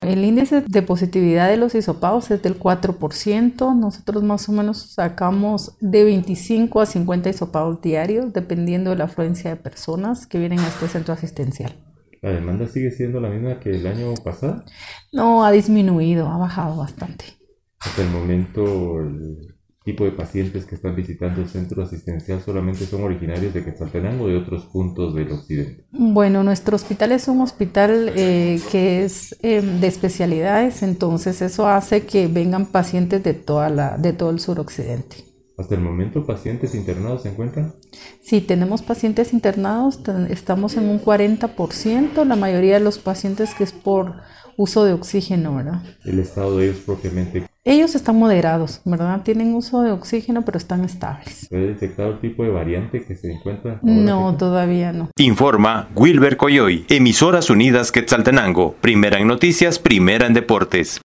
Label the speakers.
Speaker 1: El índice de positividad de los hisopados es del 4%. Nosotros más o menos sacamos de 25 a 50 hisopados diarios, dependiendo de la afluencia de personas que vienen a este centro asistencial.
Speaker 2: ¿La demanda sigue siendo la misma que el año pasado?
Speaker 1: No, ha disminuido, ha bajado bastante.
Speaker 2: Hasta el momento, el tipo de pacientes que están visitando el centro asistencial solamente son originarios de Quetzaltenango o de otros puntos del occidente?
Speaker 1: Bueno, nuestro hospital es un hospital eh, que es eh, de especialidades, entonces eso hace que vengan pacientes de, toda la, de todo el suroccidente.
Speaker 2: ¿Hasta el momento pacientes internados se encuentran?
Speaker 1: Sí, tenemos pacientes internados, ten, estamos en un 40%, la mayoría de los pacientes que es por uso de oxígeno, ¿verdad?
Speaker 2: El estado de ellos propiamente.
Speaker 1: Ellos están moderados, ¿verdad? Tienen uso de oxígeno, pero están estables.
Speaker 2: ¿Se ha detectado el tipo de variante que se encuentra?
Speaker 1: No, todavía no.
Speaker 3: Informa Wilber Coyoy, Emisoras Unidas Quetzaltenango, primera en noticias, primera en deportes.